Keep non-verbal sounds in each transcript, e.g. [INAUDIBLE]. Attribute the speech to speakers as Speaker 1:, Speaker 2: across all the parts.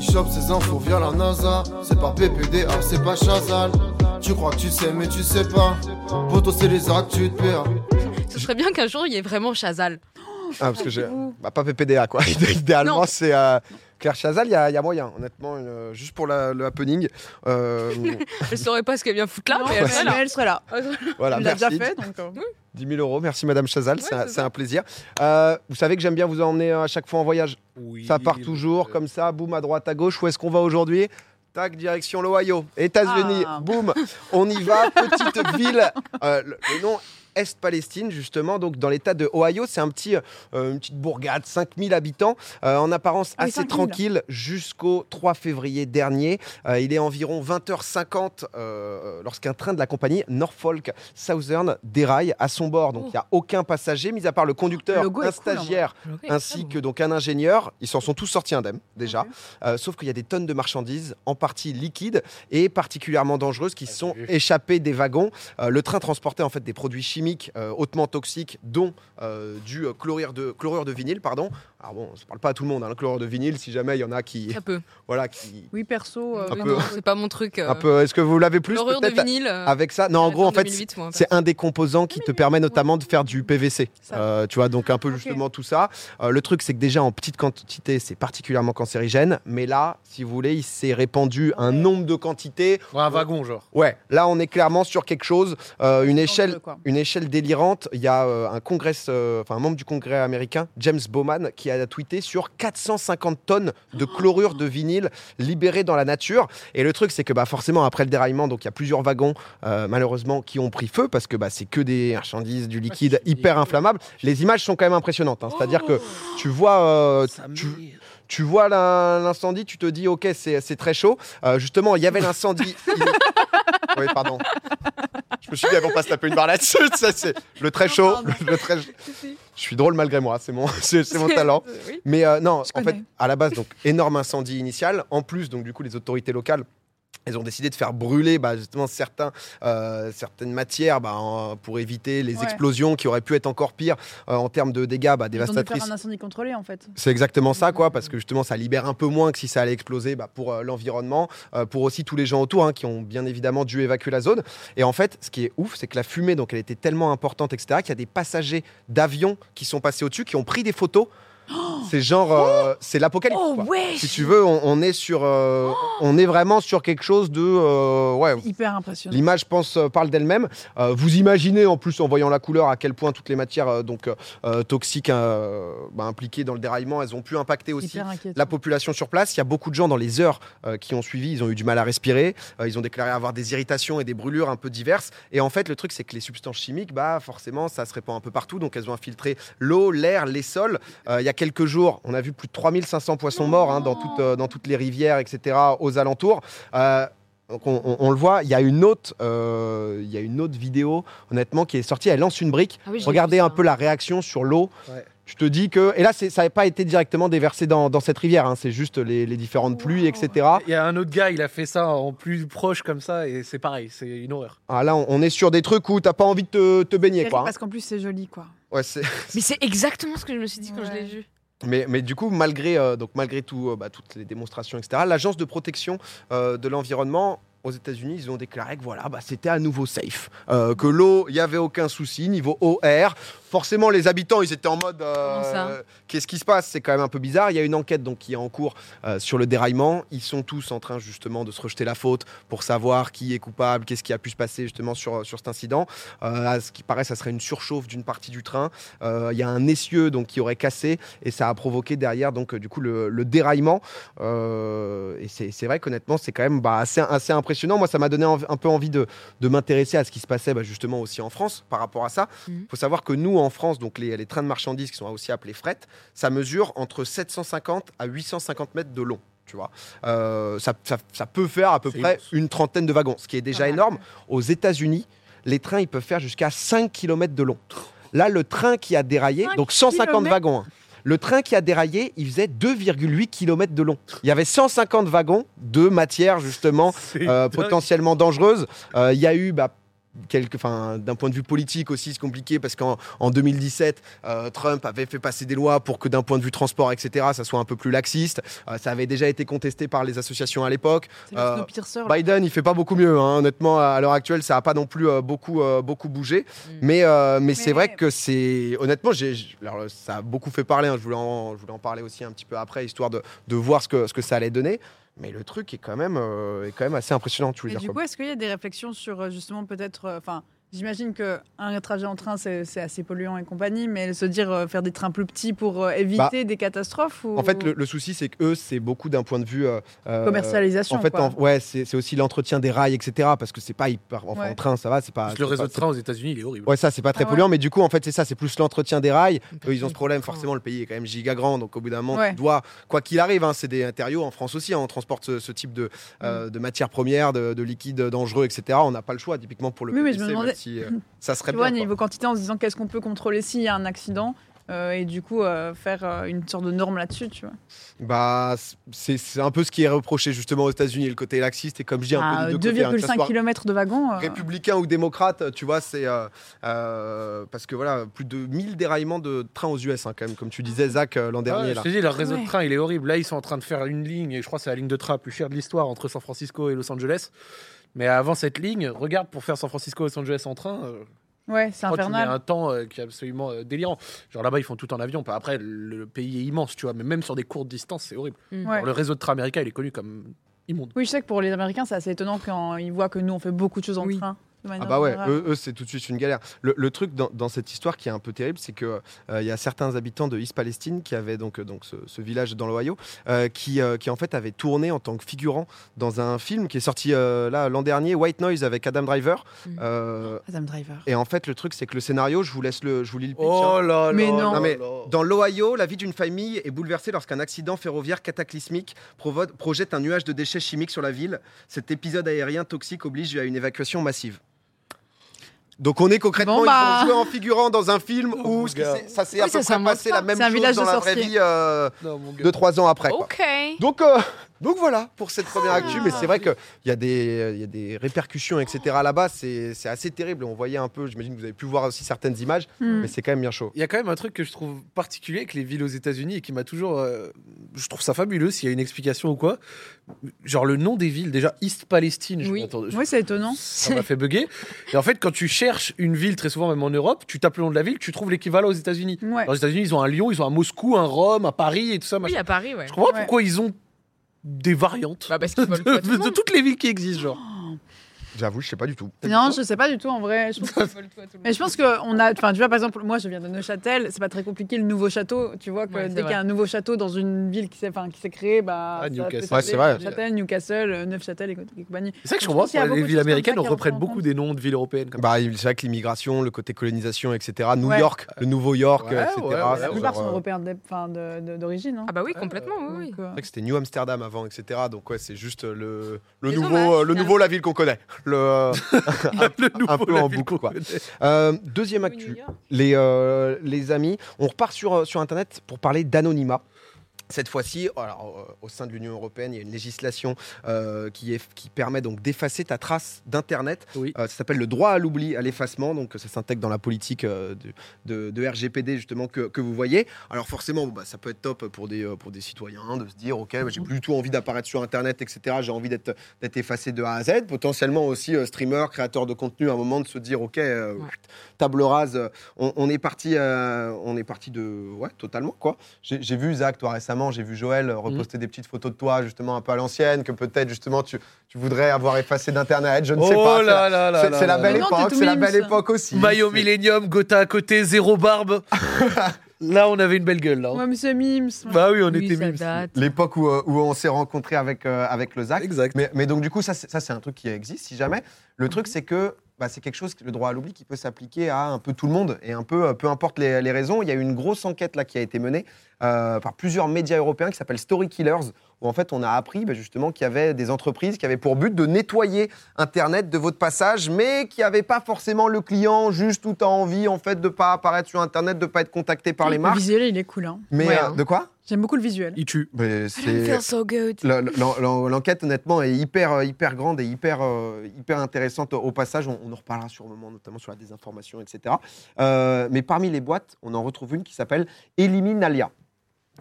Speaker 1: chope ces infos via la NASA. C'est pas PPDA, ah, c'est pas Chazal. Tu crois que tu sais, mais tu sais pas. Poto, c'est les actes, tu te perds.
Speaker 2: Ce serait bien qu'un jour il y ait vraiment Chazal.
Speaker 3: Ah, parce que j'ai. Bah, pas PPDA, quoi. [LAUGHS] Idéalement,
Speaker 2: Non.
Speaker 3: c'est. euh, Claire Chazal, il y, a il y a moyen, honnêtement, euh, juste pour la- le happening.
Speaker 4: [LAUGHS]
Speaker 3: Euh,
Speaker 2: Je saurais pas ce qu'elle vient foutre là,
Speaker 4: Non,
Speaker 2: Ah, mais elle
Speaker 4: elle,
Speaker 2: serait là. Hmm
Speaker 4: elle serait là.
Speaker 3: voilà,
Speaker 4: Elle l'a
Speaker 3: Bah, merci.
Speaker 4: déjà fait, donc. euh,
Speaker 3: 10 000 euros, merci Madame Chazal, c'est un-
Speaker 2: c'est
Speaker 3: c'est un plaisir. Euh, vous savez que j'aime bien vous emmener euh, à chaque fois en voyage.
Speaker 5: Oui,
Speaker 3: Ça part toujours comme ça, boum, à droite, à gauche. Où est-ce qu'on va aujourd'hui Tac, direction l'Ohio, États-Unis,
Speaker 4: Ah.
Speaker 3: boum, on y
Speaker 4: [LAUGHS]
Speaker 3: va, petite ville, euh, le, le nom Est-Palestine, justement, donc dans l'état de Ohio, c'est un petit, euh, une petite bourgade, 5000 habitants, euh, en apparence
Speaker 4: Ah oui,
Speaker 3: assez
Speaker 4: 5000.
Speaker 3: tranquille jusqu'au 3 février dernier. Euh, il est environ 20h50 euh, lorsqu'un train de la compagnie Norfolk Southern déraille à son bord, donc il n'y a aucun passager, mis à part le conducteur,
Speaker 4: logo est
Speaker 3: un
Speaker 4: cool, en vrai.
Speaker 3: stagiaire ainsi que donc un ingénieur. Ils s'en sont tous sortis indemnes déjà, Euh, sauf qu'il y a des tonnes de marchandises, en partie liquides et particulièrement dangereuses, qui se sont échappées des wagons. Euh, le train transportait en fait des produits chimiques euh, hautement toxiques, dont euh, du euh, chlorure de chlorure de vinyle, pardon. Alors bon, ça parle pas à tout le monde, hein, le chlorure de vinyle. Si jamais il y en a qui,
Speaker 2: Très peu.
Speaker 3: voilà, qui
Speaker 4: Oui, perso. euh,
Speaker 3: Un
Speaker 2: Mais
Speaker 3: peu.
Speaker 2: non, c'est pas mon truc. euh,
Speaker 3: un peu. Est-ce que vous l'avez plus
Speaker 2: L'horreur de
Speaker 3: peut-être
Speaker 2: vinyle. euh,
Speaker 3: avec ça Non,
Speaker 2: à
Speaker 3: en
Speaker 2: la
Speaker 3: gros,
Speaker 2: fin
Speaker 3: en fait,
Speaker 2: 2008, moi,
Speaker 3: c'est un des composants qui te permet notamment de faire du PVC.
Speaker 4: Ça.
Speaker 3: Euh, tu vois, donc un peu
Speaker 4: Ok.
Speaker 3: justement tout ça. Euh, le truc, c'est que déjà en petite quantité, c'est particulièrement cancérigène. Mais là, si vous voulez, il s'est répandu un nombre de quantités.
Speaker 5: Ouais, un wagon, genre.
Speaker 3: Ouais, là, on est clairement sur quelque chose, euh, une échelle.
Speaker 4: dangereux, quoi.
Speaker 3: Une échelle délirante, il y a euh, un congrès, euh, enfin un membre du congrès américain, James Bowman, qui a tweeté sur 450 tonnes de chlorure de vinyle libérées dans la nature. Et le truc, c'est que bah, forcément, après le déraillement, donc il y a plusieurs wagons, euh, malheureusement, qui ont pris feu parce que bah, c'est que des marchandises, du liquide
Speaker 5: c'est
Speaker 3: hyper
Speaker 5: dégueu.
Speaker 3: inflammable. Les images sont quand même impressionnantes. hein. C'est-à-dire que tu vois, euh, tu, tu vois la- l'incendie, tu te dis, ok, c'est c'est très chaud. Euh, justement, il y avait l'incendie. Il- Oui, pardon. Je me suis dit, elles vont pas se taper une barre là-dessus. Ça, c'est le très chaud. Le très... Je suis drôle malgré moi, c'est mon, [LAUGHS] c'est c'est mon talent.
Speaker 2: Oui.
Speaker 3: Mais euh, non,
Speaker 4: Je
Speaker 3: en fait,
Speaker 4: connais.
Speaker 3: à la base, donc énorme incendie initial. En plus, donc du coup, les autorités locales. Elles ont décidé de faire brûler bah, justement certains, euh, certaines matières bah, en- pour éviter les
Speaker 4: Ouais.
Speaker 3: explosions qui auraient pu être encore pires euh, en termes de dégâts bah,
Speaker 4: Ils ont dû faire
Speaker 3: dévastatrices.
Speaker 4: un incendie contrôlé, en fait.
Speaker 3: C'est exactement ça, quoi, parce que justement, ça libère un peu moins que si ça allait exploser bah, pour euh, l'environnement, euh, pour aussi tous les gens autour hein, qui ont bien évidemment dû évacuer la zone. Et en fait, ce qui est ouf, c'est que la fumée, donc elle était tellement importante, etc., qu'il y a des passagers d'avions qui sont passés au-dessus, qui ont pris des photos. c'est genre, euh, c'est l'apocalypse.
Speaker 2: Oh,
Speaker 4: Oh,
Speaker 3: quoi.
Speaker 2: ouais.
Speaker 3: si tu veux, on, on est sur, euh, on est vraiment sur quelque chose de, euh, ouais,
Speaker 4: Hyper impressionnant.
Speaker 3: L'image, je pense, euh, parle d'elle-même. Euh, vous imaginez, en plus, en voyant la couleur, à quel point toutes les matières euh, donc, euh, euh, toxiques euh, bah, impliquées dans le déraillement, elles ont pu impacter aussi
Speaker 4: Hyper inquiétant.
Speaker 3: la population sur place. Il y a beaucoup de gens dans les heures euh, qui ont suivi, ils ont eu du mal à respirer, euh, ils ont déclaré avoir des irritations et des brûlures un peu diverses. Et en fait, le truc, c'est que les substances chimiques, bah, forcément, ça se répand un peu partout. Donc, elles ont infiltré l'eau, l'air, les sols. Euh, il y a quelques jours, on a vu plus de 3500 poissons morts hein, dans, toutes, euh, dans toutes les rivières, etc., aux alentours. Euh, donc on, on- on le voit, il y, a une autre, euh, il y a une autre vidéo, honnêtement, qui est sortie. Elle lance une brique.
Speaker 2: Ah oui, j'ai
Speaker 3: Regardez
Speaker 2: vu ça,
Speaker 3: un peu la réaction sur l'eau.
Speaker 5: Ouais.
Speaker 3: Tu te dis que. Et là, c'est- ça n'a pas été directement déversé dans, dans cette rivière, hein, c'est juste les, les différentes pluies, etc.
Speaker 5: Il y a un autre gars, il a fait ça en plus proche comme ça, et c'est pareil, c'est
Speaker 3: [LAUGHS]
Speaker 5: une horreur.
Speaker 3: Ah, là, on, on est sur des trucs où t'as pas envie de te, te baigner,
Speaker 4: Terrible,
Speaker 3: quoi. hein.
Speaker 4: Parce qu'en plus, c'est joli, quoi.
Speaker 3: Ouais, c'est-
Speaker 2: Mais c'est exactement ce que je me suis dit quand je
Speaker 4: Ouais.
Speaker 2: l'ai vu.
Speaker 3: mais, mais du coup, malgré, euh, donc, malgré tout, euh, bah, toutes les démonstrations, etc., l'Agence de protection euh, de l'environnement. Aux États-Unis, ils ont déclaré que voilà, bah, c'était à nouveau safe, Euh, que l'eau, il n'y avait aucun souci niveau eau, air. Forcément, les habitants, ils étaient en mode euh,
Speaker 2: Comment ça
Speaker 3: qu'est-ce qui se passe C'est quand même un peu bizarre. Il y a une enquête donc qui est en cours euh, sur le déraillement. Ils sont tous en train justement de se rejeter la faute pour savoir qui est coupable, qu'est-ce qui a pu se passer justement sur sur cet incident. Euh, à ce qui paraît, ça serait une surchauffe d'une partie du train. Euh, Il y a un essieu donc qui aurait cassé et ça a provoqué derrière donc euh, du coup le, le déraillement. Euh, et c'est c'est vrai qu'honnêtement, c'est quand même bah, assez assez impressionnant. Moi, ça m'a donné env- un peu envie de de m'intéresser à ce qui se passait bah, justement aussi en France par rapport à ça.
Speaker 4: Mmh.
Speaker 3: Il
Speaker 2: Mhm.
Speaker 3: faut savoir que nous, en France, donc les, les trains de marchandises qui sont aussi appelés fret, ça mesure entre 750 à 850 mètres de long. Tu vois, Euh, ça, ça- ça peut faire à peu
Speaker 5: C'est
Speaker 3: près
Speaker 5: immense.
Speaker 3: une trentaine de wagons, ce qui est déjà
Speaker 4: mal.
Speaker 3: énorme. Aux États-Unis, les trains ils peuvent faire jusqu'à 5 km de long. Là, le train qui a déraillé,
Speaker 4: Cinq
Speaker 3: donc 150
Speaker 4: kilomètres.
Speaker 3: wagons. hein. Le train qui a déraillé, il faisait 2,8 km de long. Il y avait 150 wagons de matière justement
Speaker 5: C'est
Speaker 3: euh,
Speaker 5: dingue.
Speaker 3: potentiellement dangereuse. Euh, Il y a eu bah, quelque- enfin, d'un point de vue politique aussi, c'est compliqué parce qu'en en 2017, euh, Trump avait fait passer des lois pour que d'un point de vue transport, etc., ça soit un peu plus laxiste. Euh, ça avait déjà été contesté par les associations à l'époque.
Speaker 4: C'est le
Speaker 3: Euh,
Speaker 4: Snowpiercer, là.
Speaker 3: Biden, il fait pas beaucoup mieux. hein. Honnêtement, à l'heure actuelle, ça a pas non plus euh, beaucoup, euh, beaucoup bougé.
Speaker 2: Mm.
Speaker 3: Mais, euh, mais, c'est
Speaker 4: Mais-
Speaker 3: vrai que c'est. Honnêtement, j'ai, j'- alors, euh, ça a beaucoup fait parler. hein. Je, voulais en, je voulais en parler aussi un petit peu après, histoire de, de voir ce que, ce que ça allait donner. Mais le truc est quand même, euh, est quand même assez impressionnant. Tu veux
Speaker 4: Et
Speaker 3: dire
Speaker 4: du
Speaker 3: quoi.
Speaker 4: coup, est-ce qu'il y a des réflexions sur euh, justement peut-être, euh, enfin, j'imagine que un trajet en train c'est c'est assez polluant et compagnie, mais se dire euh, faire des trains plus petits pour euh, éviter des catastrophes ou
Speaker 3: Bah. En fait, le, le souci, c'est que eux, c'est beaucoup d'un point de vue euh, euh,
Speaker 4: commercialisation.
Speaker 3: En fait,
Speaker 4: quoi.
Speaker 3: en- ouais, c'est c'est aussi l'entretien des rails, etc. Parce que c'est pas hyper. Enfin,
Speaker 4: Ouais.
Speaker 3: en train, ça va, c'est pas.
Speaker 5: Parce que
Speaker 3: c'est
Speaker 5: le réseau
Speaker 3: pas-
Speaker 5: de train aux États-Unis, il est horrible.
Speaker 3: Ouais, ça, c'est pas très
Speaker 4: Ah ouais.
Speaker 3: polluant, mais du coup, en fait, c'est ça, c'est plus l'entretien des rails. Eux, ils ont
Speaker 2: Personne
Speaker 3: ce problème,
Speaker 2: comprend.
Speaker 3: forcément, le pays est quand même giga grand, donc au bout d'un moment,
Speaker 4: Ouais.
Speaker 3: tu dois, quoi qu'il arrive, hein, c'est des matériaux, en France aussi, hein, on transporte ce, ce type de,
Speaker 4: Mm.
Speaker 3: euh, de matières premières, de, de liquides dangereux, etc. On n'a pas le choix, typiquement pour le
Speaker 4: Oui, mais je me
Speaker 3: PVC,
Speaker 4: demandais-
Speaker 3: même si, euh, ça serait
Speaker 4: Tu vois,
Speaker 3: bien. quoi.
Speaker 4: niveau quantité, en se disant qu'est-ce qu'on peut contrôler s'il y a un accident euh, et du coup euh, faire euh, une sorte de norme là-dessus, tu vois.
Speaker 3: Bah, c'est c'est un peu ce qui est reproché justement aux États-Unis, le côté laxiste, et comme je dis, un
Speaker 4: Ah,
Speaker 3: peu des deux côtés, hein, que ça
Speaker 4: 2,5
Speaker 3: soit
Speaker 4: km de wagon. euh,
Speaker 3: républicain ou démocrate, tu vois, c'est euh, euh, parce que voilà, plus de 1000 déraillements de trains aux US, hein, quand même, comme tu disais, Zach, euh, l'an dernier.
Speaker 5: Ouais,
Speaker 3: là.
Speaker 5: je te dis, leur réseau
Speaker 4: Ah Ouais.
Speaker 5: de train, il est horrible. Là, ils sont en train de faire une ligne, et je crois que c'est la ligne de train la plus chère de l'histoire entre San Francisco et Los Angeles. Mais avant cette ligne, regarde, pour faire San Francisco et Los Angeles en train, euh,
Speaker 4: ouais, c'est
Speaker 3: Oh,
Speaker 5: je crois que tu mets
Speaker 4: infernal.
Speaker 5: un temps euh, qui est absolument euh, délirant. Genre là-bas, ils font tout en avion. Enfin, Après, le, le pays est immense, tu vois, mais même sur des courtes distances, c'est horrible.
Speaker 4: Ouais.
Speaker 5: Alors, le réseau de train américain, il est connu comme immonde.
Speaker 4: Oui, je sais que pour les Américains, c'est assez étonnant quand ils voient que nous on fait beaucoup de choses en
Speaker 2: Oui.
Speaker 4: train. de
Speaker 3: Ah
Speaker 4: manière
Speaker 3: bah ouais,
Speaker 4: générale.
Speaker 3: eux, eux, c'est tout de suite une galère. Le, le truc dans, dans cette histoire qui est un peu terrible, c'est que euh, il y a certains habitants de East Palestine qui avaient donc, euh, donc ce, ce village dans l'Ohio, euh, qui, euh, qui en fait avait tourné en tant que figurant dans un film qui est sorti euh, là l'an dernier, White Noise avec Adam Driver.
Speaker 2: Mhm.
Speaker 3: Euh,
Speaker 4: Adam Driver.
Speaker 3: et en fait, le truc, c'est que le scénario, je vous laisse le, je vous lis le pitch. hein.
Speaker 5: Oh là
Speaker 4: Mais non.
Speaker 3: Non, mais Dans l'Ohio, la vie d'une famille est bouleversée lorsqu'un accident ferroviaire cataclysmique provo- projette un nuage de déchets chimiques sur la ville. Cet épisode aérien toxique oblige à une évacuation massive. Donc on est concrètement,
Speaker 4: Bon, bah.
Speaker 3: ils ont joué en figurant dans un film
Speaker 5: Oh,
Speaker 3: où
Speaker 5: mon
Speaker 3: ce qui
Speaker 5: gars.
Speaker 3: s'est- ça s'est
Speaker 2: Oui,
Speaker 3: à peu
Speaker 2: ça
Speaker 3: près
Speaker 2: s'invente
Speaker 3: passé
Speaker 2: pas.
Speaker 3: la même
Speaker 4: C'est un
Speaker 3: chose
Speaker 4: village
Speaker 3: dans
Speaker 4: de
Speaker 3: la vraie
Speaker 4: sorciers.
Speaker 3: vie euh,
Speaker 5: Non, mon gars.
Speaker 3: deux trois ans après. quoi.
Speaker 2: Ok.
Speaker 3: Donc, euh, donc voilà pour cette première
Speaker 4: Ah.
Speaker 3: actu. Mais c'est vrai qu'il y, a des- il y a des répercussions, etc. là-bas. C'est c'est assez terrible. On voyait un peu, j'imagine que vous avez pu voir aussi certaines images,
Speaker 4: Hmm.
Speaker 3: mais c'est quand même bien chaud.
Speaker 5: Il y a quand même un truc que je trouve particulier avec les villes aux États-Unis et qui m'a toujours. euh, je trouve ça fabuleux s'il y a une explication ou quoi. Genre le nom des villes, déjà East Palestine, je
Speaker 2: Oui.
Speaker 5: m'attendais- je-
Speaker 4: Oui, c'est étonnant.
Speaker 3: Ah,
Speaker 5: ça m'a fait bugger. Et en fait, quand tu cherches une ville, très souvent même en Europe, tu tapes le nom de la ville, tu trouves l'équivalent aux États-Unis.
Speaker 4: Ouais.
Speaker 5: Alors, Aux États-Unis, ils ont un Lyon, ils ont un Moscou, un Rome, un Paris et tout
Speaker 3: bah,
Speaker 5: ça.
Speaker 2: [LAUGHS] Oui,
Speaker 5: machin.
Speaker 2: à Paris, ouais.
Speaker 5: Je comprends pas
Speaker 4: Ouais.
Speaker 5: pourquoi ils ont des variantes [LAUGHS]
Speaker 2: Bah, parce
Speaker 5: de,
Speaker 2: qu'ils veulent pas tout le
Speaker 3: [LAUGHS]
Speaker 5: de
Speaker 2: monde.
Speaker 5: toutes les villes qui existent, genre.
Speaker 4: Oh,
Speaker 3: J'avoue, je sais pas du tout.
Speaker 4: Non, je sais pas du tout en vrai.
Speaker 3: [LAUGHS]
Speaker 4: Je pense que- Mais je pense qu'on a, enfin, tu vois, par exemple, moi, je viens de Neuchâtel, c'est pas très compliqué le nouveau château. Tu vois que
Speaker 2: Ouais, c'est
Speaker 4: dès qu'il y
Speaker 2: vrai.
Speaker 4: a un nouveau château dans une ville qui s'est, enfin, qui s'est créée, bah,
Speaker 5: Ah,
Speaker 4: ça
Speaker 5: Newcastle.
Speaker 4: fait
Speaker 3: Ouais,
Speaker 4: s'appeler
Speaker 3: c'est vrai.
Speaker 4: Neuchâtel, Newcastle, euh, Neufchâtel et, co- et compagnie.
Speaker 5: C'est ça que je
Speaker 4: Je
Speaker 5: comprends.
Speaker 4: pense qu'il y a
Speaker 5: pourquoi
Speaker 4: beaucoup
Speaker 5: Les
Speaker 4: de
Speaker 5: villes
Speaker 4: choses comme
Speaker 5: américaines,
Speaker 4: ça
Speaker 5: on
Speaker 4: qui rentrent
Speaker 5: reprenne
Speaker 4: en
Speaker 5: beaucoup
Speaker 4: compte.
Speaker 5: des noms de villes européennes. Comme
Speaker 3: Bah, il- c'est vrai que l'immigration, le côté colonisation, etc. New
Speaker 4: Ouais.
Speaker 3: York, le Nouveau York,
Speaker 5: Ouais,
Speaker 3: etc.
Speaker 5: ouais, ouais,
Speaker 3: c'est
Speaker 4: La
Speaker 5: ouais,
Speaker 3: genre,
Speaker 4: plupart sont
Speaker 3: euh,
Speaker 4: européens de- enfin, de- de- d'origine. hein.
Speaker 2: Ah bah oui, complètement, oui, oui.
Speaker 4: Donc, euh,
Speaker 3: c'est vrai que c'était New Amsterdam avant, etc. Donc ouais, c'est juste euh, le, le
Speaker 2: Les
Speaker 3: nouveau,
Speaker 2: hommages,
Speaker 3: euh, le nouveau la ville qu'on connaît. Le,
Speaker 5: ça. [LAUGHS] Oh Le
Speaker 3: Bah, un
Speaker 5: nouveau,
Speaker 3: peu
Speaker 5: la [LAUGHS]
Speaker 3: en
Speaker 5: ville
Speaker 3: boucle,
Speaker 5: qu'on
Speaker 3: quoi.
Speaker 5: connaît.
Speaker 3: euh, deuxième actu, les, euh, les amis, on repart sur, euh, sur Internet pour parler d'anonymat. Cette fois-ci, alors, euh, au sein de l'Union européenne, il y a une législation euh, qui, est, qui permet donc d'effacer ta trace d'Internet
Speaker 5: Oui.
Speaker 3: Euh, ça s'appelle le droit à l'oubli, à l'effacement. Donc, euh, ça s'intègre dans la politique euh, du- de, de RGPD, justement, que, que vous voyez. Alors, forcément, bah, ça peut être top pour des, euh, pour des citoyens de se dire OK, bah, j'ai
Speaker 5: Mhm.
Speaker 3: plus du tout envie d'apparaître sur Internet, etc. J'ai envie d'être d'être effacé de A à Z. Potentiellement aussi, euh, streamer, créateur de contenu, à un moment de se dire OK, euh,
Speaker 2: Ouais.
Speaker 3: table rase, euh, on, on est parti, euh, on est parti de. Ouais, totalement, quoi. J'ai j'ai vu, Zach, toi récemment, j'ai vu Joël euh,
Speaker 5: Mhm.
Speaker 3: reposter des petites photos de toi, justement, un peu à l'ancienne, que peut-être, justement, tu, tu voudrais avoir effacé d'Internet. Je ne sais pas.
Speaker 5: Oh
Speaker 3: c'est la-
Speaker 5: là là là
Speaker 3: c'est
Speaker 5: là
Speaker 3: c'est la
Speaker 5: là
Speaker 3: belle
Speaker 5: là.
Speaker 4: Non, t'es
Speaker 3: époque,
Speaker 4: tout
Speaker 3: c'est la
Speaker 4: mime,
Speaker 3: belle
Speaker 4: ça.
Speaker 3: époque aussi.
Speaker 5: Maillot
Speaker 3: C'est-
Speaker 5: Millennium, Gotha à côté, zéro barbe.
Speaker 3: [LAUGHS]
Speaker 5: là, on avait une belle gueule. Là, hein.
Speaker 4: Ouais, monsieur Mims. ouais.
Speaker 5: Bah oui, on
Speaker 2: Oui,
Speaker 5: était
Speaker 2: ça
Speaker 5: mimes.
Speaker 2: date.
Speaker 3: L'époque où, euh, où on s'est rencontrés avec, euh, avec le Zach.
Speaker 5: Exact.
Speaker 3: Mais, mais donc, du coup, ça, c'est ça, c'est un truc qui existe, si jamais. Le
Speaker 5: Mhm.
Speaker 3: truc, c'est que bah, c'est quelque chose, le droit à l'oubli, qui peut s'appliquer à un peu tout le monde et un peu, euh, peu importe les, les raisons. Il y a eu une grosse enquête là, qui a été menée euh, par plusieurs médias européens qui s'appelle Story Killers, où en fait, on a appris bah, justement qu'il y avait des entreprises qui avaient pour but de nettoyer Internet de votre passage, mais qui n'avaient pas forcément le client juste tout a envie en fait de pas apparaître sur Internet, de pas être contacté par les
Speaker 4: Le
Speaker 3: marques.
Speaker 4: visuel, il est cool. hein.
Speaker 3: Mais
Speaker 2: Ouais,
Speaker 3: euh,
Speaker 2: hein.
Speaker 3: de quoi
Speaker 4: J'aime beaucoup le visuel.
Speaker 5: Il tue.
Speaker 2: [LAUGHS]
Speaker 3: Mais
Speaker 2: I don't
Speaker 3: c'est
Speaker 2: feel so good.
Speaker 3: La- la- l'en- l'en- L'enquête, honnêtement, est hyper, euh, hyper grande et hyper, euh, hyper intéressante. Au passage, on, on en reparlera sur le moment, notamment sur la désinformation, etc. Euh, mais parmi les boîtes, on en retrouve une qui s'appelle Eliminalia.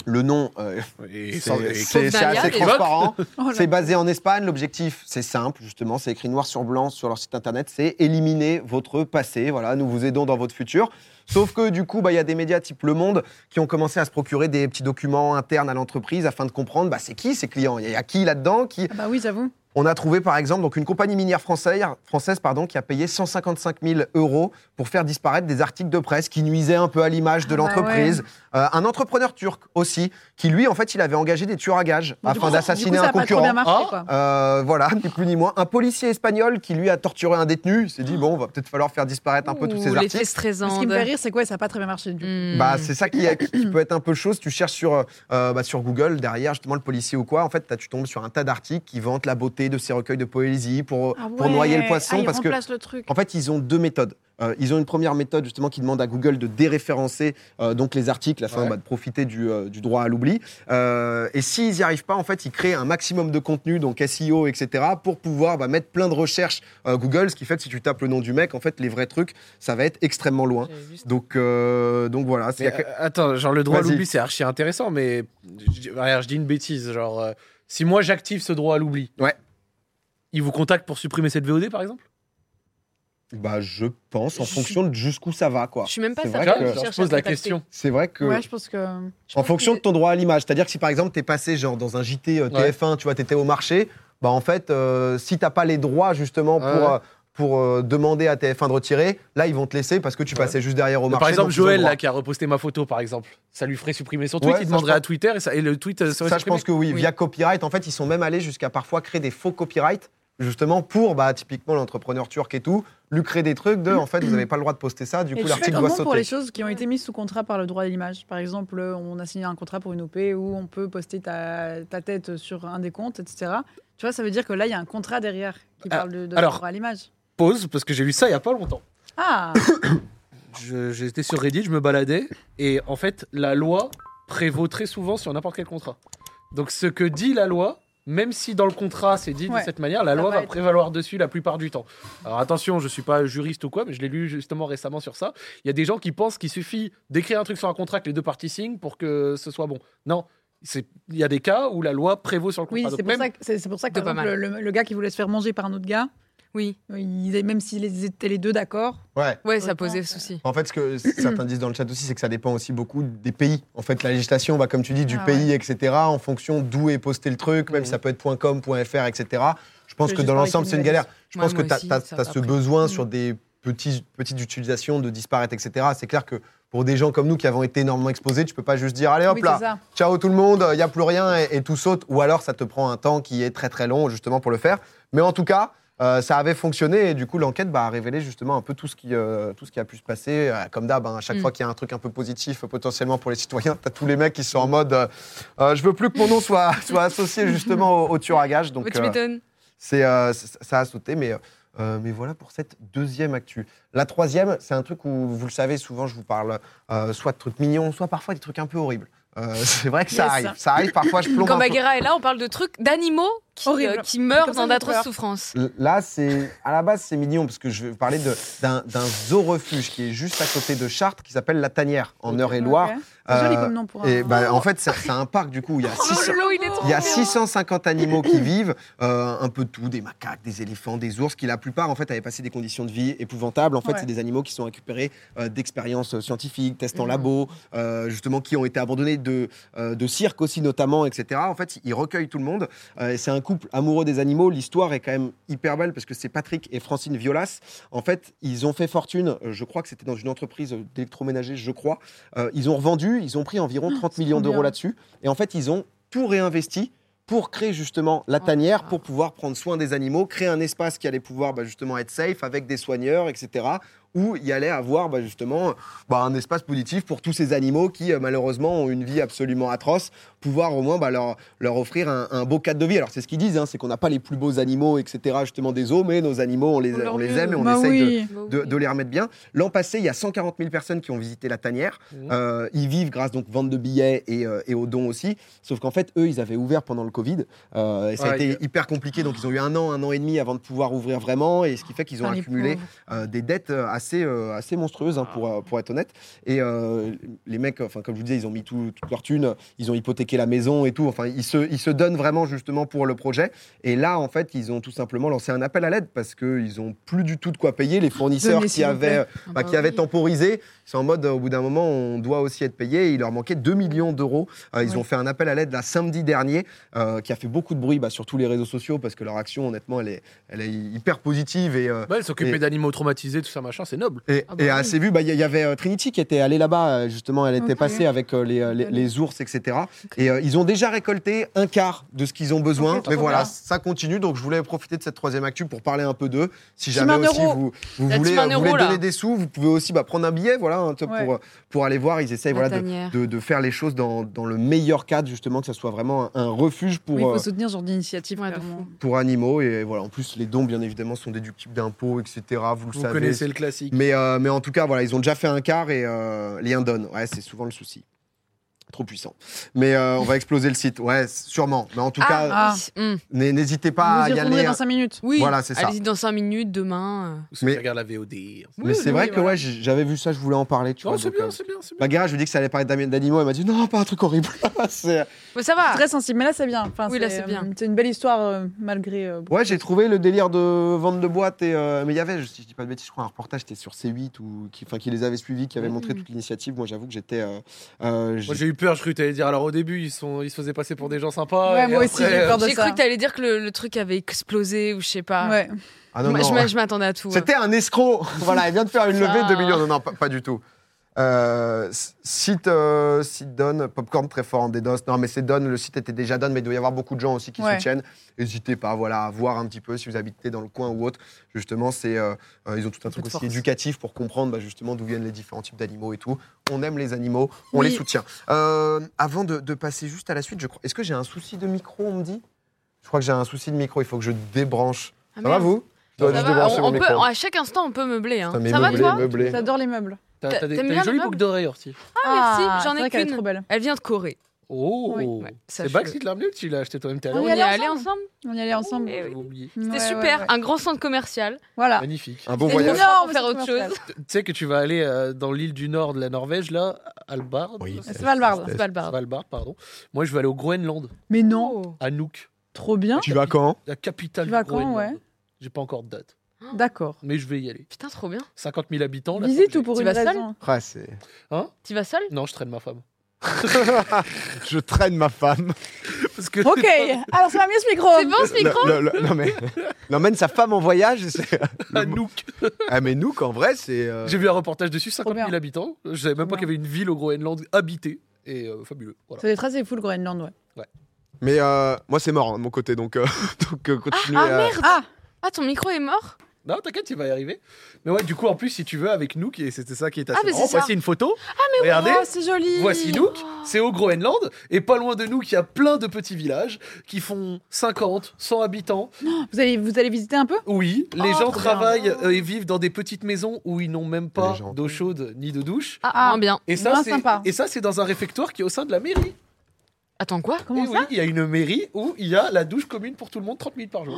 Speaker 3: Le nom, euh, [LAUGHS]
Speaker 5: Et
Speaker 3: c'est
Speaker 5: c'est-
Speaker 3: c'est- c'est
Speaker 2: Dalia,
Speaker 3: assez
Speaker 2: déjà.
Speaker 3: transparent.
Speaker 4: Oh [LAUGHS] là.
Speaker 3: C'est basé en Espagne. L'objectif, c'est simple, justement. C'est écrit noir sur blanc sur leur site internet. C'est éliminer votre passé. Voilà, nous vous aidons dans votre futur. Sauf que du coup, bah, il y a des médias type Le Monde qui ont commencé à se procurer des petits documents internes à l'entreprise afin de comprendre bah, c'est qui ces clients. Il y a qui là-dedans qui...
Speaker 4: Ah bah oui, j'avoue.
Speaker 3: On a trouvé par exemple donc une compagnie minière française, française pardon, qui a payé 155 000 euros pour faire disparaître des articles de presse qui nuisaient un peu à l'image de
Speaker 4: Ah bah
Speaker 3: l'entreprise. Euh, un entrepreneur turc aussi, qui lui en fait il avait engagé des tueurs à gages
Speaker 4: Bon, du
Speaker 3: afin
Speaker 4: coup, du
Speaker 3: d'assassiner
Speaker 4: coup,
Speaker 3: un
Speaker 4: ça a pas trop
Speaker 3: concurrent.
Speaker 4: bien marché,
Speaker 2: Oh.
Speaker 5: Ah.
Speaker 4: quoi.
Speaker 3: Euh, voilà, ni plus ni moins. Un policier espagnol qui, lui, a torturé un détenu. Il s'est dit, bon, va peut-être falloir faire disparaître un peu tous
Speaker 2: Ouh,
Speaker 3: ces
Speaker 2: les
Speaker 3: articles.
Speaker 2: fesses
Speaker 4: Ce
Speaker 2: traisantes.
Speaker 4: qui me fait rire, c'est quoi Ça n'a pas très bien marché. Du coup.
Speaker 2: Hmm.
Speaker 3: Bah, c'est ça qui, qui peut être un peu chaud si tu cherches sur, euh, bah, sur Google, derrière justement le policier ou quoi. En fait, t'as- tu tombes sur un tas d'articles qui vantent la beauté de ces recueils de poésie pour,
Speaker 4: Ah
Speaker 3: pour noyer le
Speaker 4: ouais.
Speaker 3: poisson.
Speaker 4: Ah, il
Speaker 3: parce que
Speaker 4: remplace le truc.
Speaker 3: En fait, ils ont deux méthodes. Euh, ils ont une première méthode justement qui demande à Google de déréférencer euh, donc les articles afin
Speaker 5: Ouais.
Speaker 3: bah, de profiter du, euh, du droit à l'oubli. Euh, et s'ils n'y arrivent pas, en fait, ils créent un maximum de contenu, donc E SEO, etc., pour pouvoir bah, mettre plein de recherches euh, Google. Ce qui fait que si tu tapes le nom du mec, en fait, les vrais trucs, ça va être extrêmement loin.
Speaker 2: J'avais vu ça.
Speaker 3: Donc, euh, donc voilà. c'est-
Speaker 5: Mais,
Speaker 3: y a que-
Speaker 5: euh, Attends, genre le droit à
Speaker 3: Vas-y.
Speaker 5: l'oubli, c'est archi intéressant, mais je, dis- regarde, je dis une bêtise. Genre, euh, si moi j'active ce droit à l'oubli,
Speaker 3: Ouais.
Speaker 5: ils vous contactent pour supprimer cette VOD par exemple
Speaker 3: Bah, je pense en
Speaker 2: Je
Speaker 3: fonction de jusqu'où ça va, quoi.
Speaker 2: Je suis même pas
Speaker 3: Bah, C'est
Speaker 5: Tu
Speaker 3: Ouais,
Speaker 5: vois,
Speaker 3: que-
Speaker 5: genre, Je pose la question.
Speaker 3: C'est vrai que.
Speaker 4: Ouais, je pense que.
Speaker 3: En fonction de ton droit à l'image, c'est-à-dire que si par exemple t'es passé genre dans un JT euh,
Speaker 5: Ouais.
Speaker 3: TF1, tu vois, t'étais au marché, bah en fait, euh, si t'as pas les droits justement pour,
Speaker 5: Ouais, ouais.
Speaker 3: euh, pour euh, demander à TF1 de retirer, là ils vont te laisser parce que tu passais juste derrière au marché.
Speaker 5: Par exemple,
Speaker 3: donc ils ont le
Speaker 5: Joël,
Speaker 3: droit.
Speaker 5: là, qui a reposté ma photo, par exemple, ça lui ferait supprimer son tweet,
Speaker 3: Ouais, ça,
Speaker 5: il demanderait
Speaker 3: je
Speaker 5: à Twitter et, ça- et le tweet euh, serait
Speaker 3: ça je
Speaker 5: supprimé.
Speaker 3: pense que oui,
Speaker 2: Oui.
Speaker 3: via copyright, en fait ils sont même allés jusqu'à parfois créer des faux copyrights justement pour bah typiquement l'entrepreneur turc et tout, lui créer des trucs de
Speaker 5: Mm.
Speaker 3: en fait vous avez pas le droit de poster ça, du
Speaker 4: Et
Speaker 3: coup
Speaker 4: tu fais
Speaker 3: l'article doit
Speaker 4: comment
Speaker 3: sauter.
Speaker 4: pour les choses qui ont été mises sous contrat par le droit à l'image Par exemple, euh, on a signé un contrat pour une OP où on peut poster ta, ta tête sur un des comptes, etc. Tu vois, ça veut dire que là, il y a un contrat derrière qui
Speaker 5: Ah,
Speaker 4: parle de, de
Speaker 5: alors-
Speaker 4: droit à l'image.
Speaker 5: Pause, parce que j'ai lu ça il y a pas longtemps.
Speaker 3: [COUGHS]
Speaker 4: Ah
Speaker 5: Je- J'étais sur Reddit, je me baladais, et en fait, la loi prévaut très souvent sur n'importe quel contrat. Donc, ce que dit la loi, même si dans le contrat c'est dit
Speaker 4: Ouais.
Speaker 5: de cette manière, la
Speaker 4: Ça
Speaker 5: loi
Speaker 4: va
Speaker 5: va
Speaker 4: être-
Speaker 5: prévaloir dessus la plupart du temps. Alors, attention, je suis pas juriste ou quoi, mais je l'ai lu justement récemment sur ça. Il y a des gens qui pensent qu'il suffit d'écrire un truc sur un contrat que les deux parties signent pour que ce soit bon. Non, c'est- il y a des cas où la loi prévaut sur le
Speaker 4: Oui,
Speaker 3: Ah,
Speaker 5: contrat.
Speaker 4: c'est
Speaker 5: Donc,
Speaker 4: pour,
Speaker 5: même-
Speaker 4: ça que- c'est- c'est pour ça que
Speaker 2: De
Speaker 4: par
Speaker 2: pas
Speaker 4: exemple, le, le gars qui voulait se faire manger par un autre gars,
Speaker 2: Oui,
Speaker 4: il- même s'ils étaient les deux d'accord,
Speaker 3: Ouais.
Speaker 2: ouais,
Speaker 4: Ouais,
Speaker 2: ça posait
Speaker 4: ouais.
Speaker 2: souci.
Speaker 3: En fait, ce que certains disent dans le chat aussi, c'est que ça dépend aussi beaucoup des pays. En fait, la législation va, comme tu dis, du
Speaker 4: Ah ouais.
Speaker 3: pays, etc., en fonction d'où est posté le truc, même
Speaker 5: Mhm.
Speaker 3: si ça peut être .com, .fr, etc. Je pense
Speaker 4: Je
Speaker 3: que
Speaker 4: vais
Speaker 3: dans
Speaker 4: juste
Speaker 3: l'ensemble,
Speaker 4: parler
Speaker 3: c'est une
Speaker 4: de
Speaker 3: galère. Je
Speaker 2: Ouais,
Speaker 3: pense que
Speaker 2: moi
Speaker 3: tu as,
Speaker 2: aussi, ça va
Speaker 3: ce
Speaker 2: après.
Speaker 3: besoin
Speaker 4: Mhm.
Speaker 3: sur des petits, petites utilisations de disparaître, etc. C'est clair que pour des gens comme nous qui avons été énormément exposés, tu peux pas juste dire allez hop
Speaker 4: oui,
Speaker 3: là,
Speaker 4: c'est ça.
Speaker 3: ciao tout le monde, il n'y a plus rien et, et tout saute. Ou alors ça te prend un temps qui est très très long justement pour le faire. Mais en tout cas, euh, ça avait fonctionné et du coup l'enquête bah, a révélé justement un peu tout ce qui, euh, tout ce qui a pu se passer. Euh, comme d'hab, hein, à chaque
Speaker 2: Mm.
Speaker 3: fois qu'il y a un truc un peu positif euh, potentiellement pour les citoyens, t'as tous les mecs qui sont en mode euh, euh, je veux plus que mon nom soit, [LAUGHS] soit associé justement au, au tueur à gages. Donc,
Speaker 2: Mais tu
Speaker 3: euh,
Speaker 2: m'étonnes.
Speaker 3: c'est, euh, c- ça a sauté, mais, euh, mais voilà pour cette deuxième actu. La troisième, c'est un truc où, vous le savez, souvent je vous parle euh, soit de trucs mignons, soit parfois des trucs un peu horribles. Euh, [LAUGHS] c'est vrai que ça
Speaker 4: Yes.
Speaker 3: arrive. Ça arrive, parfois je plombe
Speaker 2: Quand
Speaker 3: un peu.
Speaker 2: Bagheera est là, on parle de trucs d'animaux qui,
Speaker 4: Horrible.
Speaker 2: euh, qui meurent
Speaker 4: Comme ça,
Speaker 2: dans
Speaker 4: j'ai peur.
Speaker 2: d'atroces souffrances.
Speaker 3: L- Là, c'est à la base, c'est mignon parce que je vais vous parler de- d'un d'un zoorefuge qui est juste à côté de Chartres qui s'appelle La Tanière en Eure-et-Loire.
Speaker 4: Ok. C'est joli
Speaker 3: Euh,
Speaker 4: comme nom Oh, pour un.
Speaker 3: Et bah, en fait, c'est c'est un parc du coup. où Il y a 600,
Speaker 2: l'eau, Oh, il est trop
Speaker 3: Il y a
Speaker 2: mignon.
Speaker 3: 650 animaux qui vivent, euh, un peu de tout, des macaques, des éléphants, des ours, qui la plupart en fait avaient passé des conditions de vie épouvantables. En fait,
Speaker 4: Ouais.
Speaker 3: c'est des animaux qui sont récupérés euh, d'expériences scientifiques, tests en
Speaker 2: Mhm.
Speaker 3: labo, euh, justement qui ont été abandonnés de, euh, de cirque aussi notamment, etc. En fait, ils recueillent tout le monde. Euh, et c'est un couple amoureux des animaux. L'histoire est quand même hyper belle parce que c'est Patrick et Francine Violas. En fait, ils ont fait fortune. Euh, Je crois que c'était dans une entreprise euh, d'électroménager, je crois. Euh, ils ont revendu, ils ont pris environ 30 millions
Speaker 4: Ah, trop
Speaker 3: d'euros
Speaker 4: bien.
Speaker 3: là-dessus. Et en fait, ils ont tout réinvesti pour créer justement la
Speaker 2: Oh,
Speaker 3: tanière,
Speaker 2: wow.
Speaker 3: pour pouvoir prendre soin des animaux, créer un espace qui allait pouvoir bah, justement être safe avec des soigneurs, etc. où il y allait avoir bah, justement bah, un espace positif pour tous ces animaux qui euh, malheureusement ont une vie absolument atroce, pouvoir au moins bah, leur, leur offrir un, un beau cadre de vie. Alors c'est ce qu'ils disent, hein, c'est qu'on n'a pas les plus beaux animaux, etc. justement des zoos, mais nos animaux on les,
Speaker 2: On leur
Speaker 3: on les
Speaker 2: met-
Speaker 3: aime et on
Speaker 4: Bah
Speaker 3: essaye de,
Speaker 4: oui.
Speaker 2: Bah
Speaker 3: de,
Speaker 2: oui.
Speaker 3: de les remettre bien. L'an passé, il y a 140 000 personnes qui ont visité la tanière.
Speaker 5: Mhm.
Speaker 3: Euh, ils vivent grâce donc vente de billets et, euh, et aux dons aussi. Sauf qu'en fait, eux, ils avaient ouvert pendant le Covid. Euh, et ça a
Speaker 5: Ouais,
Speaker 3: été
Speaker 5: il-
Speaker 3: hyper compliqué. Donc ils ont eu un an, un an et demi avant de pouvoir ouvrir vraiment. Et ce qui fait qu'ils ont
Speaker 4: Enfin, Ah, les
Speaker 3: accumulé
Speaker 4: pauvres.
Speaker 3: euh, des dettes euh, assez, euh, assez monstrueuses, hein, pour, euh, pour être honnête. Et euh, les mecs, enfin, comme je vous disais, ils ont mis tout- toute leur thune, ils ont hypothéqué la maison et tout. Enfin, ils se, ils se donnent vraiment justement pour le projet. Et là, en fait, ils ont tout simplement lancé un appel à l'aide parce qu'ils n'ont plus du tout de quoi payer. Les fournisseurs
Speaker 4: Donnez,
Speaker 3: qui
Speaker 4: s'il vous plaît.
Speaker 3: avaient,
Speaker 2: Ah
Speaker 3: bah,
Speaker 2: bah
Speaker 3: qui avaient
Speaker 2: oui.
Speaker 3: temporisé, c'est en mode, euh, au bout d'un moment, on doit aussi être payé. Et Il leur manquait 2 millions d'euros. Euh, ils
Speaker 4: Oui.
Speaker 3: ont fait un appel à l'aide là samedi dernier euh, qui a fait beaucoup de bruit bah, sur tous les réseaux sociaux parce que leur action, honnêtement, elle est, elle est hyper positive et. euh,
Speaker 5: Bah, elle s'occupait
Speaker 3: Et-
Speaker 5: d'animaux traumatisés, tout ça, machin, c'est noble.
Speaker 3: et,
Speaker 2: Ah bah
Speaker 3: et
Speaker 2: oui.
Speaker 3: assez vu, bah, il y, y avait euh, Trinity qui était allée là-bas, euh, justement, elle était
Speaker 4: Ok.
Speaker 3: passée avec euh, les, euh, les- les ours, etc. Et euh, ils ont déjà récolté un quart de ce qu'ils ont besoin.
Speaker 4: Ok,
Speaker 3: mais
Speaker 4: trop
Speaker 3: voilà,
Speaker 4: bien.
Speaker 3: ça continue. Donc je voulais profiter de cette troisième actu pour parler un peu d'eux. Si
Speaker 4: Team
Speaker 3: jamais
Speaker 4: un
Speaker 3: aussi
Speaker 4: euro.
Speaker 3: vous, vous
Speaker 2: La
Speaker 3: voulez,
Speaker 2: team un
Speaker 3: euh, vous voulez
Speaker 2: euro, là.
Speaker 3: donner des sous, vous pouvez aussi bah, prendre un billet voilà, hein, pour,
Speaker 4: Ouais.
Speaker 3: euh, pour aller voir. Ils essayent
Speaker 2: La
Speaker 3: voilà, de,
Speaker 2: tanière.
Speaker 3: de- de faire les choses dans, dans le meilleur cadre, justement, que ça soit vraiment un, un refuge pour,
Speaker 4: Oui, il
Speaker 3: euh,
Speaker 4: faut soutenir ce genre d'initiative.
Speaker 2: Ouais, de
Speaker 4: clairement.
Speaker 2: fou.
Speaker 3: pour animaux. Et voilà, en plus, les dons, bien évidemment, sont déductibles d'impôts, etc. Vous le
Speaker 5: Vous
Speaker 3: savez.
Speaker 5: connaissez le classique.
Speaker 3: Mais, euh, mais en tout cas, voilà, ils ont déjà fait un quart et euh, les donnent. Ouais, c'est souvent le souci. Trop puissant. Mais euh, on va exploser le site. Ouais, c- sûrement. Mais en tout cas,
Speaker 2: Ah, oui. Mm.
Speaker 3: n- n'hésitez pas à
Speaker 4: Vous y
Speaker 3: y
Speaker 4: retournerez
Speaker 3: aller. hein.
Speaker 4: dans 5 minutes.
Speaker 2: Oui,
Speaker 3: Voilà, c'est ça.
Speaker 2: allez-y dans 5 minutes, demain.
Speaker 5: Ou si
Speaker 3: mais-
Speaker 5: tu regardes la VOD.
Speaker 2: euh.
Speaker 3: Mais
Speaker 2: Oui,
Speaker 3: c'est
Speaker 2: oui,
Speaker 3: vrai que
Speaker 2: voilà.
Speaker 3: ouais, j- j'avais vu ça, je voulais en parler. Tu
Speaker 5: Non,
Speaker 3: vois,
Speaker 5: c'est
Speaker 3: donc, euh,
Speaker 5: bien, c'est bien, c'est bien.
Speaker 3: Ma gars, je lui dis que ça allait parler d'ami- d'animaux. Elle m'a dit non, pas un truc horrible. [LAUGHS] C'est- euh,
Speaker 2: Mais ça va.
Speaker 4: Très sensible, mais là c'est bien. Enfin,
Speaker 2: Ah. Oui, là, c'est bien.
Speaker 4: euh, C'est une belle histoire euh, malgré. euh,
Speaker 3: ouais, j'ai trouvé le délire de vente de boîtes. Et, euh, mais il y avait, je- si je dis pas de bêtises, je crois un reportage, c'était sur C8 ou qui, enfin, qui les avait suivis, qui avait montré
Speaker 2: Mhm.
Speaker 3: toute l'initiative. Moi, j'avoue que j'étais. euh, euh,
Speaker 5: Moi
Speaker 3: j'ai-
Speaker 5: j'ai eu peur, je croyais que t'allais dire. Alors au début, ils, sont, ils se faisaient passer pour des gens sympas.
Speaker 4: Ouais,
Speaker 5: et
Speaker 4: moi aussi,
Speaker 5: après,
Speaker 4: j'ai eu peur de
Speaker 2: J'ai
Speaker 4: ça.
Speaker 2: cru que t'allais dire que le, le truc avait explosé ou je sais pas.
Speaker 4: Ouais.
Speaker 3: Ah non,
Speaker 2: Moi,
Speaker 3: non.
Speaker 2: je m'a- je m'attendais à tout. hein. ouais.
Speaker 3: C'était
Speaker 2: [LAUGHS]
Speaker 3: un escroc. voilà, elle vient de faire une
Speaker 2: Ça.
Speaker 3: levée de 2 millions. Non, non, pas, pas du tout. Euh, s- site, euh, site Don, Popcorn très fort en DDoS. Non, mais c'est Don, le site était déjà Don, mais il doit y avoir beaucoup de gens aussi qui
Speaker 4: Ouais.
Speaker 3: soutiennent. N'hésitez pas voilà, à voir un petit peu si vous habitez dans le coin ou autre. Justement, c'est, euh, euh, ils ont tout un truc
Speaker 2: de
Speaker 3: aussi
Speaker 2: force.
Speaker 3: éducatif pour comprendre bah, justement d'où viennent les différents types d'animaux et tout. On aime les animaux, on
Speaker 4: Oui.
Speaker 3: les soutient. Euh, avant de, de passer juste à la suite, je crois. Est-ce que j'ai un souci de micro, on me dit Je crois que j'ai un souci de micro, il faut que je débranche.
Speaker 2: Ah,
Speaker 3: Ça va,
Speaker 2: merde.
Speaker 3: vous Je dois
Speaker 2: Ça
Speaker 3: juste
Speaker 2: va,
Speaker 3: débrancher
Speaker 2: on,
Speaker 3: mon
Speaker 2: on peut,
Speaker 3: micro.
Speaker 2: à chaque instant, on peut meubler. Hein.
Speaker 3: Putain, mais
Speaker 2: Ça va,
Speaker 3: meublé,
Speaker 2: toi
Speaker 3: meublé.
Speaker 4: J'adore les meubles.
Speaker 5: T'as
Speaker 2: T'as-
Speaker 5: t'as des,
Speaker 2: t'aimes
Speaker 5: t'as
Speaker 2: bien
Speaker 5: des jolies
Speaker 2: les
Speaker 5: boucles d'oreilles, Orti.
Speaker 2: Ah, merci, j'en
Speaker 4: c'est
Speaker 2: ai
Speaker 4: vrai qu'elle est
Speaker 2: qu'une.
Speaker 4: trop belle.
Speaker 2: Elle vient de Corée.
Speaker 5: Oh
Speaker 4: Oui,
Speaker 2: Ouais,
Speaker 5: C'est
Speaker 2: sache-le.
Speaker 5: Bax qui te l'a amené ou tu l'as acheté toi-même tout à
Speaker 4: On
Speaker 5: l'heure
Speaker 4: y
Speaker 2: On y
Speaker 4: allait
Speaker 2: est allé ensemble
Speaker 4: On y allait ensemble.
Speaker 2: Eh oui.
Speaker 5: J'avais oublié.
Speaker 2: C'était
Speaker 4: Ouais,
Speaker 2: super.
Speaker 4: ouais, ouais.
Speaker 2: Un grand centre commercial.
Speaker 4: Voilà.
Speaker 5: Magnifique.
Speaker 3: Un bon
Speaker 2: C'était
Speaker 3: voyage.
Speaker 2: une fois
Speaker 4: Énorme,
Speaker 2: pour faire autre
Speaker 4: centre
Speaker 2: chose.
Speaker 5: Tu sais que tu vas aller euh, dans l'île du nord de la Norvège, là, Albar.
Speaker 3: Oui,
Speaker 4: Ah, C'est Svalbard.
Speaker 2: C'est pas le bar.
Speaker 5: Svalbard, pardon. Moi, je vais aller au Groenland,
Speaker 4: Mais non,
Speaker 2: Oh.
Speaker 5: à Nuuk,
Speaker 4: trop bien.
Speaker 3: Tu vas quand
Speaker 5: la capitale
Speaker 4: Tu
Speaker 5: du
Speaker 4: vas quand,
Speaker 5: Groenland.
Speaker 4: ouais
Speaker 5: J'ai pas encore de date,
Speaker 4: D'accord.
Speaker 5: mais je vais y aller.
Speaker 2: Putain, trop bien.
Speaker 5: 50 000 habitants. là,
Speaker 4: Visite
Speaker 5: j'ai-
Speaker 4: ou pour
Speaker 2: Tu
Speaker 4: une
Speaker 2: vas seule
Speaker 4: raison
Speaker 3: [LAUGHS] Ah, c'est-
Speaker 5: Hein
Speaker 2: Tu vas
Speaker 4: Euh,
Speaker 2: seul
Speaker 5: Non, je traîne ma femme. [LAUGHS]
Speaker 3: Je traîne ma femme.
Speaker 5: Parce que [LAUGHS]
Speaker 4: Ok, [LAUGHS] alors c'est ma mieux ce micro.
Speaker 2: C'est bon ce micro
Speaker 3: Le- le- le- non mais, l'emmène sa femme en voyage. c'est-
Speaker 5: à Nuuk.
Speaker 3: Ah mais nous qu'en vrai c'est. euh,
Speaker 5: J'ai vu un reportage dessus, 50
Speaker 4: bien.
Speaker 5: 000 habitants. Je savais même
Speaker 4: Trop
Speaker 5: pas qu'il y avait une ville au Groenland habitée. Et euh, fabuleux. Voilà.
Speaker 4: Ça doit être assez fou le Groenland, ouais.
Speaker 3: Mais euh, moi c'est mort hein, de mon côté donc euh, [LAUGHS] donc euh, continuez.
Speaker 2: Ah
Speaker 3: à-
Speaker 2: merde
Speaker 4: Ah,
Speaker 2: Ah, ton micro est mort
Speaker 5: Non, t'inquiète, il va y arriver. Mais ouais, du coup, en plus, si tu veux, avec Nuuk, et c'était ça qui est assez
Speaker 2: mais
Speaker 5: marrant,
Speaker 2: c'est ça.
Speaker 5: voici une photo. Regardez,
Speaker 4: oh, c'est joli.
Speaker 5: voici Nuuk, c'est au Groenland, et pas loin de Nuuk, il y a plein de petits villages qui font 50, 100 habitants.
Speaker 4: Vous allez, vous allez visiter un peu
Speaker 5: Oui, les
Speaker 2: Oh,
Speaker 5: gens
Speaker 2: trop
Speaker 5: travaillent
Speaker 2: bien.
Speaker 5: euh, et vivent dans des petites maisons où ils n'ont même
Speaker 3: Les
Speaker 5: pas
Speaker 3: gens.
Speaker 5: d'eau chaude ni de douche.
Speaker 2: Ah,
Speaker 4: Ah.
Speaker 2: moins bien.
Speaker 5: Et ça,
Speaker 4: Bien
Speaker 5: c'est-
Speaker 4: sympa.
Speaker 5: et ça, c'est dans un réfectoire qui est au sein de la mairie.
Speaker 2: Attends, quoi
Speaker 4: Comment
Speaker 5: Et
Speaker 4: ça
Speaker 5: Eh oui, il y a une mairie où il y a la douche commune pour tout le monde 30 minutes par jour.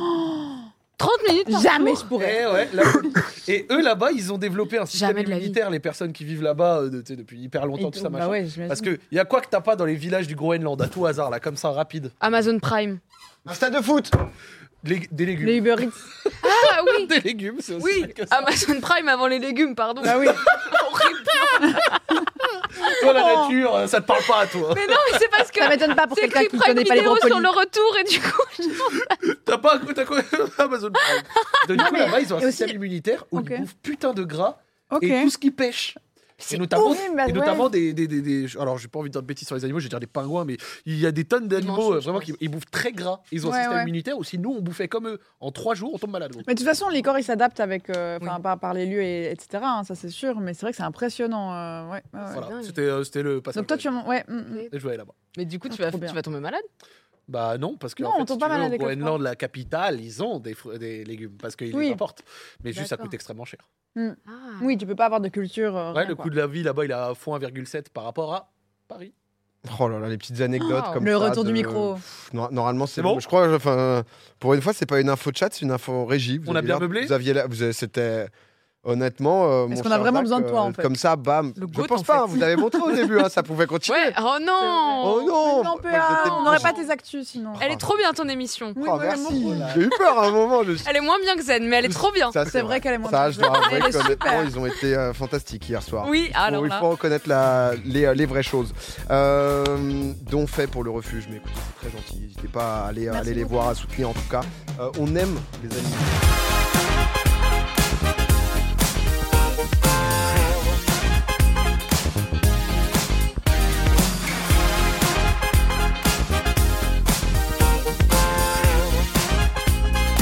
Speaker 2: 30 minutes par
Speaker 4: Jamais
Speaker 2: jour
Speaker 4: je pourrais.
Speaker 5: Eh ouais, la
Speaker 4: [LAUGHS]
Speaker 5: police. Et eux là-bas, ils ont développé un système
Speaker 2: Jamais de la vie.
Speaker 5: immunitaire, les personnes qui vivent là-bas euh, de- tu sais, depuis hyper longtemps,
Speaker 4: Et-
Speaker 5: tout ça,
Speaker 4: bah
Speaker 5: machin.
Speaker 4: ouais, j'imagine.
Speaker 5: Parce qu'il y a quoi que t'as pas dans les villages du Groenland, à tout hasard, là, comme ça, rapide
Speaker 2: Amazon Prime.
Speaker 3: Un stade de foot.
Speaker 5: Lég- Des légumes.
Speaker 4: Les Uber
Speaker 2: [LAUGHS]
Speaker 4: Eats.
Speaker 2: Ah oui
Speaker 5: [LAUGHS] Des légumes, c'est aussi
Speaker 2: Oui
Speaker 5: simple que ça.
Speaker 2: Amazon Prime avant les légumes, pardon.
Speaker 4: Bah oui.
Speaker 5: Toi, la
Speaker 4: Oh.
Speaker 5: nature, euh, ça te parle pas, toi.
Speaker 4: [LAUGHS]
Speaker 2: Mais non, mais c'est parce que.
Speaker 4: Ça m'étonne pas pour
Speaker 2: C'est
Speaker 4: quelqu'un
Speaker 2: écrit
Speaker 4: qui
Speaker 2: Prime
Speaker 4: connaît pas les
Speaker 2: vidéo
Speaker 4: brocolis.
Speaker 2: sur le retour et du coup.
Speaker 5: T'as pas t'as quoi [LAUGHS] Amazon Prime. Donc, du coup, là-bas, ils ont un
Speaker 4: et aussi-
Speaker 5: système immunitaire où
Speaker 4: Ok.
Speaker 5: ils bouffent putain de gras
Speaker 4: Ok.
Speaker 5: et tout ce qu'ils pêchent. Et
Speaker 4: C'est
Speaker 5: notamment,
Speaker 4: horrible, bah
Speaker 5: et
Speaker 4: ouais.
Speaker 5: notamment des, des, des, des- Alors, j'ai pas envie de dire de bêtises sur les animaux, je vais dire des pingouins, mais il y a des tonnes d'animaux
Speaker 2: mangent,
Speaker 5: euh,
Speaker 2: je
Speaker 5: vraiment
Speaker 2: pense.
Speaker 5: qui ils bouffent très gras. Ils ont
Speaker 4: Ouais,
Speaker 5: un système
Speaker 4: ouais.
Speaker 5: immunitaire aussi. Nous, on bouffait comme eux. En trois jours, on tombe malade. gros.
Speaker 4: Mais de toute façon, les corps, ils s'adaptent avec, euh, enfin, par, par les lieux, et, etc. hein, ça, c'est sûr. Mais c'est vrai que c'est impressionnant. euh, ouais, ouais, ouais.
Speaker 5: Voilà,
Speaker 2: dingue.
Speaker 5: c'était euh, c'était le passage.
Speaker 4: Donc toi, tu as... Ouais, mm, mm.
Speaker 5: Et je voyais là-bas.
Speaker 2: Mais du coup, tu
Speaker 4: Ah,
Speaker 2: vas,
Speaker 4: trop bien.
Speaker 2: tu vas tomber malade.
Speaker 5: Bah non, parce que
Speaker 4: Non,
Speaker 5: en fait,
Speaker 4: on
Speaker 5: si
Speaker 4: tombe
Speaker 5: tu
Speaker 4: pas
Speaker 5: veux,
Speaker 4: malade
Speaker 5: au
Speaker 4: avec le
Speaker 5: Groenland, la capitale, ils ont des, fr- des légumes parce qu'ils
Speaker 4: Oui.
Speaker 5: les apportent. Mais juste, ça
Speaker 2: D'accord.
Speaker 5: coûte extrêmement cher.
Speaker 2: Ah.
Speaker 4: Oui, tu peux pas avoir de culture. euh,
Speaker 5: Ouais,
Speaker 4: rien,
Speaker 5: le
Speaker 4: quoi.
Speaker 5: coût de la vie là-bas, il est à fond 1,7 par rapport à Paris.
Speaker 3: Oh là là, les petites anecdotes
Speaker 2: Oh.
Speaker 3: comme
Speaker 4: Le
Speaker 3: ça
Speaker 4: retour
Speaker 3: de-
Speaker 4: du micro.
Speaker 3: Pff, no- Normalement, c'est
Speaker 5: C'est
Speaker 3: bon.
Speaker 5: bon
Speaker 3: Je crois, enfin, euh, pour une fois, c'est pas une info chat, c'est une info régie. Vous
Speaker 5: On a
Speaker 3: avez
Speaker 5: bien
Speaker 3: l'im-
Speaker 5: meublé
Speaker 3: Vous aviez, la- vous avez- c'était. Honnêtement, euh, mon
Speaker 4: qu'on a
Speaker 3: cher
Speaker 4: vraiment
Speaker 3: Zach,
Speaker 4: besoin de toi, en fait
Speaker 3: Comme ça, bam.
Speaker 2: Le
Speaker 3: je
Speaker 2: goat,
Speaker 3: pense
Speaker 2: en
Speaker 3: pas.
Speaker 2: fait.
Speaker 3: hein, vous l'avez montré au début, hein, ça pouvait continuer.
Speaker 2: Ouais. [LAUGHS] Oh non.
Speaker 3: Oh non.
Speaker 4: Mais non, PA,
Speaker 3: Moi, j'étais-
Speaker 4: on n'aurait pas tes actus sinon.
Speaker 2: Elle est trop bien ton émission.
Speaker 4: Oui,
Speaker 3: Oh,
Speaker 4: oui,
Speaker 3: merci.
Speaker 4: oui, oui.
Speaker 3: J'ai eu peur à un moment. Je...
Speaker 2: Elle est moins bien que Zen, mais elle est trop bien.
Speaker 3: Ça,
Speaker 4: C'est vrai qu'elle est moins
Speaker 3: Ça, je dois avouer
Speaker 4: Elle est
Speaker 3: que, honnêtement,
Speaker 4: super.
Speaker 3: ils ont été euh, fantastiques hier soir.
Speaker 2: Oui, alors
Speaker 3: Pour une
Speaker 2: là.
Speaker 3: fois reconnaître la- les, les vraies choses. Euh, dont fait pour le refuge, mais écoutez, c'est très gentil. N'hésitez pas à aller, à
Speaker 4: Merci
Speaker 3: aller les
Speaker 4: beaucoup.
Speaker 3: voir, à soutenir en tout cas. Euh, on aime les animaux.